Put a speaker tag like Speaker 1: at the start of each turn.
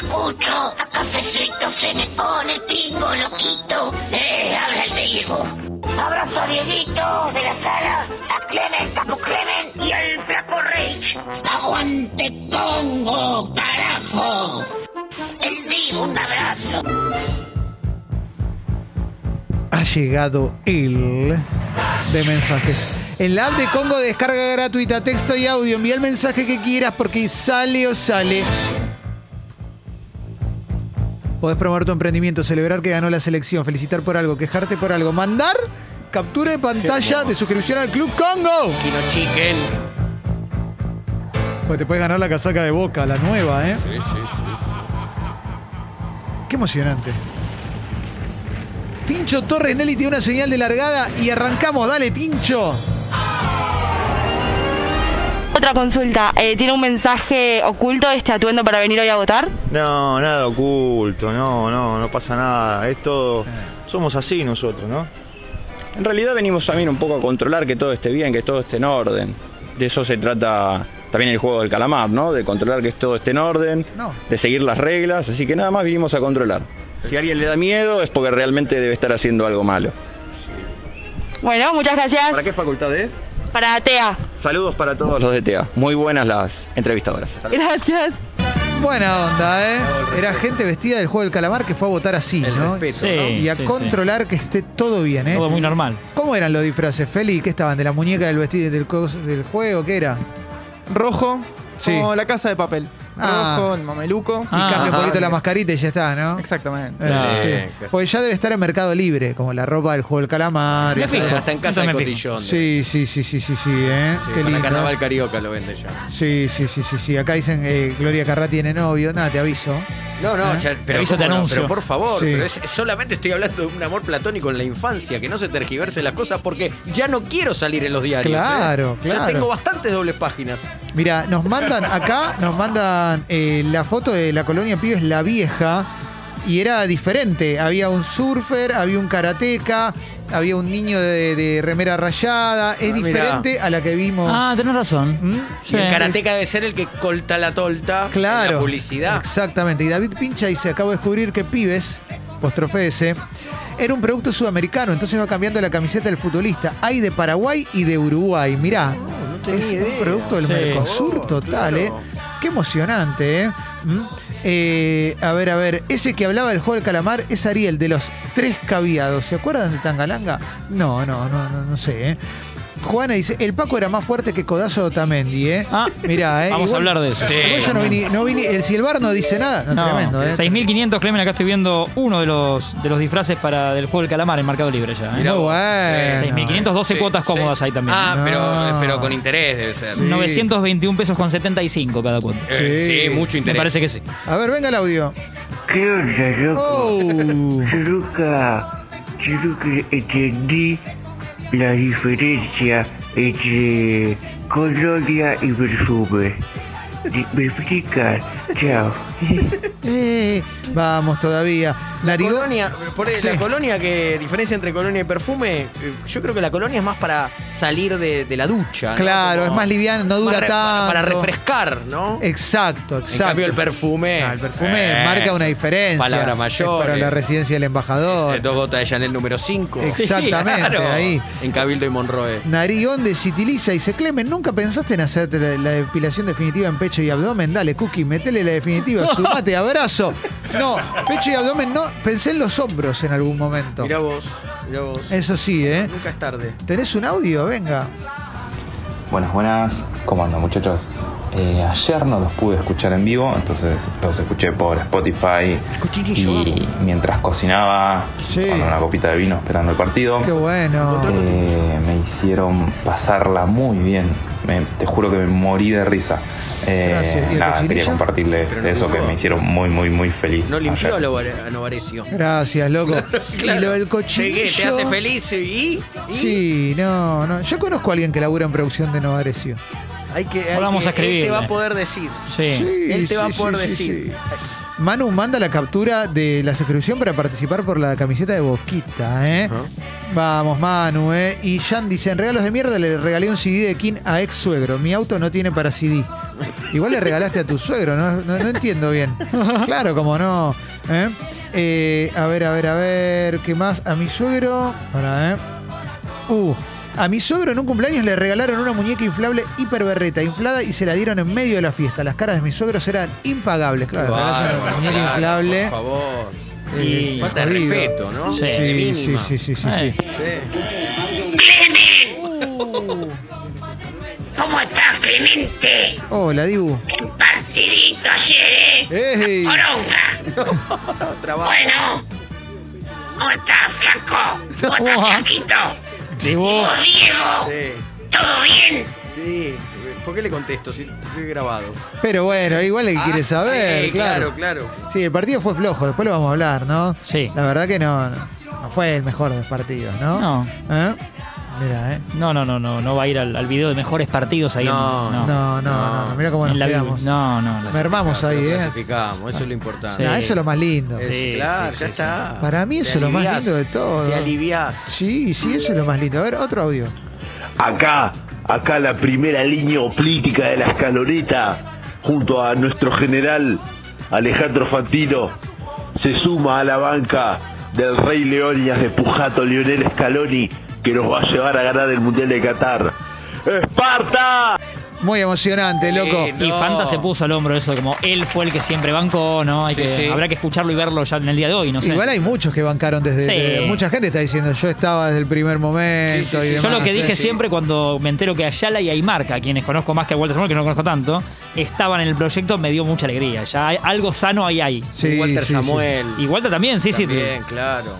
Speaker 1: escucho. A cafecito se me pone pingo loquito. Eh, habla el Diego. Abrazo a Dieguito de la sala, a Clement, a tu Clement y al flaco Rich. Aguante Pongo, carajo. El Diego, un abrazo.
Speaker 2: Ha llegado el de mensajes. En la app de Congo descarga gratuita, texto y audio. Envía el mensaje que quieras porque sale o sale. Podés promover tu emprendimiento, celebrar que ganó la selección, felicitar por algo, quejarte por algo, mandar captura de pantalla de suscripción al Club Congo.
Speaker 3: Kino Chicken.
Speaker 2: Pues te puedes ganar la casaca de boca, la nueva, ¿eh?
Speaker 3: Sí, sí, sí. sí.
Speaker 2: Qué emocionante. Tincho Torres Nelly tiene una señal de largada y arrancamos. Dale, Tincho.
Speaker 4: Otra consulta, eh, ¿tiene un mensaje oculto este atuendo para venir hoy a votar?
Speaker 5: No, nada oculto, no, no, no pasa nada. Es todo. Somos así nosotros, ¿no? Ah. En realidad venimos también un poco a controlar que todo esté bien, que todo esté en orden. De eso se trata también el juego del calamar, ¿no? De controlar que todo esté en orden,
Speaker 2: No.
Speaker 5: de seguir las reglas, así que nada más vinimos a controlar. Si a alguien le da miedo es porque realmente debe estar haciendo algo malo.
Speaker 4: Bueno, muchas gracias.
Speaker 5: ¿Para qué facultad es?
Speaker 4: Para Tea.
Speaker 5: Saludos para todos los de TEA. Muy buenas las entrevistadoras.
Speaker 4: Gracias.
Speaker 2: Buena onda, ¿eh? Era gente vestida del juego del calamar que fue a votar así,
Speaker 3: El
Speaker 2: ¿no?
Speaker 3: respeto.
Speaker 6: Sí,
Speaker 2: Y a
Speaker 6: sí, sí.
Speaker 2: controlar que esté todo bien, ¿eh?
Speaker 6: Todo muy normal.
Speaker 2: ¿Cómo eran los disfraces, Feli? ¿Qué estaban? ¿De la muñeca del vestido del, cos- del juego? ¿Qué era?
Speaker 7: Rojo,
Speaker 2: Sí.
Speaker 7: como la casa de papel.
Speaker 2: Ah.
Speaker 7: Rojo, el mameluco.
Speaker 6: Ah.
Speaker 2: y cambia un
Speaker 3: ajá.
Speaker 2: poquito la mascarita y ya está, ¿no?
Speaker 7: Exactamente.
Speaker 2: Eh,
Speaker 6: Claro.
Speaker 2: sí.
Speaker 3: Eh, claro.
Speaker 2: Porque ya debe estar en Mercado Libre, como la ropa del juego del calamar.
Speaker 6: Me
Speaker 2: esa-
Speaker 6: fijo.
Speaker 3: Hasta en casa
Speaker 6: Eso
Speaker 3: de
Speaker 6: me fijo.
Speaker 3: cotillón.
Speaker 2: Sí, sí, sí, sí, sí, sí, ¿eh?
Speaker 3: Sí,
Speaker 2: Qué
Speaker 3: para
Speaker 2: lindo.
Speaker 3: carnaval carioca lo vende ya.
Speaker 2: Sí, sí, sí, sí, sí. Acá dicen eh, Gloria Carrá tiene novio. Nada, te aviso.
Speaker 3: No, no, ya- pero,
Speaker 6: Aviso, te
Speaker 3: ¿cómo no?
Speaker 6: anuncio.
Speaker 3: Pero por favor,
Speaker 2: Sí.
Speaker 3: pero es- solamente estoy hablando de un amor platónico en la infancia, que no se tergiversen las cosas porque ya no quiero salir en los diarios.
Speaker 2: Claro,
Speaker 3: ¿eh?
Speaker 2: claro.
Speaker 3: Ya tengo bastantes dobles páginas.
Speaker 2: Mira, nos mandan acá, nos mandan eh, la foto de la colonia Pibes La Vieja y era diferente. Había un surfer, había un karateca, había un niño de, de remera rayada. Es
Speaker 3: Ah, mirá.
Speaker 2: diferente a la que vimos.
Speaker 6: Ah, tenés razón.
Speaker 2: ¿Mm?
Speaker 6: Sí.
Speaker 3: Y el karateca debe ser el que colta la tolta. en
Speaker 2: Claro.
Speaker 3: La publicidad.
Speaker 2: Exactamente. Y David Pincha dice, acabo de descubrir que Pibes, postrofe ese, era un producto sudamericano, entonces va cambiando la camiseta del futbolista. Hay de Paraguay y de Uruguay. Mirá,
Speaker 3: tenía
Speaker 2: es un
Speaker 3: idea.
Speaker 2: producto del
Speaker 6: Sí.
Speaker 2: Mercosur
Speaker 3: Oh,
Speaker 2: total,
Speaker 3: claro.
Speaker 2: ¿eh? Qué emocionante, ¿eh? ¿Mm? Eh, A ver, a ver, ese que hablaba del juego del calamar es Ariel, de los tres caviados. ¿Se acuerdan de Tangalanga? No, no, no, no, no sé, ¿eh? Juana dice, el Paco era más fuerte que Codazo de Otamendi, ¿eh?
Speaker 6: Ah,
Speaker 2: Mirá, ¿eh?
Speaker 6: Vamos
Speaker 2: Igual-
Speaker 6: a hablar de eso.
Speaker 2: Igual yo no vi ni- no vi ni- el, si el bar no dice nada, no,
Speaker 6: No,
Speaker 2: tremendo, ¿eh?
Speaker 6: 6.500, Clemen, acá estoy viendo uno de los, de los disfraces para del juego del calamar en Mercado Libre ya. ¿eh?
Speaker 3: Mirá
Speaker 2: Muy
Speaker 3: vos.
Speaker 2: bueno.
Speaker 6: 6.500, 12
Speaker 3: Sí,
Speaker 6: cuotas
Speaker 3: sí.
Speaker 6: cómodas ahí también.
Speaker 3: Ah,
Speaker 2: No.
Speaker 3: pero, pero con interés debe ser.
Speaker 2: Sí.
Speaker 6: 921 pesos con 75 cada cuota.
Speaker 3: Eh,
Speaker 2: Sí.
Speaker 3: sí, mucho
Speaker 6: Me
Speaker 3: interés.
Speaker 6: parece que sí.
Speaker 2: A ver, venga el audio.
Speaker 8: ¿Qué onda, loco?
Speaker 2: Oh.
Speaker 8: Chiruca, Chiruca, entendí la diferencia entre colonia y perfume. Me explicas, chao.
Speaker 2: Eh, vamos todavía. Narigón.
Speaker 3: Colonia, por ahí,
Speaker 2: Sí.
Speaker 3: la colonia que diferencia entre colonia y perfume, eh, yo creo que la colonia es más para salir de, de la ducha. ¿no?
Speaker 2: Claro, es más liviana, no dura
Speaker 3: más re- para- Para
Speaker 2: tanto.
Speaker 3: refrescar, ¿no?
Speaker 2: Exacto,
Speaker 3: En
Speaker 2: exacto.
Speaker 3: cambio, el perfume.
Speaker 2: Ah, el perfume
Speaker 3: Eh,
Speaker 2: marca una diferencia.
Speaker 3: Palabra mayor.
Speaker 2: Es para la residencia del embajador.
Speaker 3: Eh, Dos gotas de Chanel número 5.
Speaker 2: Exactamente, ahí.
Speaker 3: En Cabildo y Monroe.
Speaker 2: Narigón de Citiliza dice, Clemen, ¿nunca pensaste en hacerte la, la depilación definitiva en pecho y abdomen? Dale, Cookie, metele la definitiva, sumate, abrazo. No, pecho y abdomen no, pensé en los hombros en algún momento.
Speaker 3: Mirá vos, mirá vos.
Speaker 2: Eso sí, ¿eh?
Speaker 3: Nunca es tarde.
Speaker 2: ¿Tenés un audio? Venga.
Speaker 9: Buenas, buenas. ¿Cómo andan, muchachos? Eh, ayer no los pude escuchar en vivo, entonces los escuché por Spotify.
Speaker 3: Cochinillo.
Speaker 9: Y mientras cocinaba,
Speaker 2: Sí.
Speaker 9: con una copita de vino esperando el partido,
Speaker 2: Qué bueno.
Speaker 9: eh, me hicieron pasarla muy bien. Me- te juro que me morí de risa. Eh,
Speaker 2: Gracias. ¿Y el
Speaker 9: nada,
Speaker 2: cochinillo?
Speaker 9: quería compartirles
Speaker 3: Pero no
Speaker 9: eso
Speaker 3: limpió.
Speaker 9: que me hicieron muy, muy, muy feliz.
Speaker 3: No limpió
Speaker 9: ayer.
Speaker 3: a, Nova- a Novarecio.
Speaker 2: Gracias, loco. Y lo del cochinillo.
Speaker 3: Llegué, te hace feliz y. y
Speaker 2: Sí, no, no. Yo conozco a alguien que labura en producción de Novarecio.
Speaker 3: Hay que. hay
Speaker 6: Vamos
Speaker 3: que-
Speaker 6: a eh. escribirle.
Speaker 3: Él te va a poder decir.
Speaker 6: Sí.
Speaker 3: Él te va a poder decir.
Speaker 2: Manu manda la captura de la suscripción para participar por la camiseta de Boquita, ¿eh? Vamos, Manu, ¿eh? Y Jan dice, en regalos de mierda le regalé un CD de King a ex suegro. Mi auto no tiene para CD. Igual le regalaste a tu suegro, no, no, no entiendo bien. Claro, como no. ¿eh? Eh, a ver, a ver, a ver, ¿qué más? A mi suegro. Para, ¿eh? Uh, a mi suegro en un cumpleaños le regalaron una muñeca inflable hiperberreta, inflada y se la dieron en medio de la fiesta. Las caras de mis suegros eran impagables. Claro, regalas una
Speaker 3: Bárbaro,
Speaker 2: muñeca
Speaker 3: claro,
Speaker 2: inflable.
Speaker 3: Por favor.
Speaker 2: eh,
Speaker 3: Falta de
Speaker 2: jodido.
Speaker 3: respeto, ¿no?
Speaker 2: Sí, sí, sí,
Speaker 3: Mínima. Eh.
Speaker 2: sí, sí, sí.
Speaker 6: Eh,
Speaker 3: Sí.
Speaker 1: Clemen,
Speaker 2: Uh,
Speaker 1: ¿cómo estás, Clemente?
Speaker 2: hola, Oh, Dibu.
Speaker 1: Un partidito ayer, ¿eh?
Speaker 2: ¡Ey!
Speaker 1: Poronga.
Speaker 3: No, trabajo.
Speaker 1: Bueno. ¿Cómo estás, Flaco? ¿Cómo estás,
Speaker 6: Ujú.
Speaker 1: Flaquito?
Speaker 6: Dibu.
Speaker 1: Oh, Diego,
Speaker 3: Sí,
Speaker 1: ¿todo bien?
Speaker 3: sí. ¿Por qué le contesto si estoy grabado?
Speaker 2: Pero bueno, igual le
Speaker 3: Ah,
Speaker 2: quiere saber,
Speaker 3: sí,
Speaker 2: claro.
Speaker 3: claro,
Speaker 2: Sí, el partido fue flojo, después lo vamos a hablar, ¿no?
Speaker 6: Sí.
Speaker 2: La verdad que no, no no fue el mejor de los partidos, ¿no?
Speaker 6: No.
Speaker 2: ¿Eh? Mira, ¿eh?
Speaker 6: No, no, no, no, no va a ir al, al video de mejores partidos ahí. en-
Speaker 3: No,
Speaker 2: No, no, no, no, mira cómo nos
Speaker 6: en la-
Speaker 2: quedamos.
Speaker 6: No, no, no.
Speaker 2: Mermamos
Speaker 3: Claro,
Speaker 2: ahí,
Speaker 3: lo
Speaker 2: ¿eh?
Speaker 3: Clasificamos, eso es lo importante.
Speaker 2: Nah, eso es lo más lindo.
Speaker 3: Es-
Speaker 6: Sí,
Speaker 3: claro,
Speaker 6: sí,
Speaker 3: ya
Speaker 6: sí,
Speaker 3: está.
Speaker 2: Para mí
Speaker 3: Te
Speaker 2: eso es lo más
Speaker 3: aliviás,
Speaker 2: lindo de todo.
Speaker 3: Te aliviás.
Speaker 2: Sí, sí, eso es lo más lindo. A ver, otro audio.
Speaker 5: Acá, acá la primera línea política de la escaloneta, junto a nuestro general Alejandro Fantino, se suma a la banca del Rey Leónidas de Pujato Lionel Scaloni, que nos va a llevar a ganar el Mundial de Qatar. ¡Esparta!
Speaker 2: Muy emocionante, loco.
Speaker 3: Eh,
Speaker 6: Y
Speaker 3: No.
Speaker 6: Fanta se puso al hombro eso, como él fue el que siempre bancó, ¿no? Hay
Speaker 3: Sí,
Speaker 6: que,
Speaker 3: sí.
Speaker 6: Habrá que escucharlo y verlo ya en el día de hoy, no sé.
Speaker 2: Igual hay muchos que bancaron desde.
Speaker 6: Sí.
Speaker 2: de- mucha gente está diciendo, yo estaba desde el primer momento.
Speaker 3: Sí, sí,
Speaker 2: y
Speaker 3: sí.
Speaker 6: Yo lo
Speaker 2: demás,
Speaker 6: que
Speaker 2: ¿eh?
Speaker 6: dije
Speaker 3: sí.
Speaker 6: siempre cuando me entero que Ayala y Aymarca, quienes conozco más que a Walter Samuel, que no conozco tanto, estaban en el proyecto, me dio mucha alegría. Ya hay- algo sano hay ahí.
Speaker 2: Sí,
Speaker 3: Walter
Speaker 2: sí, sí.
Speaker 3: Samuel.
Speaker 6: Y Walter también, sí, sí.
Speaker 3: También, claro.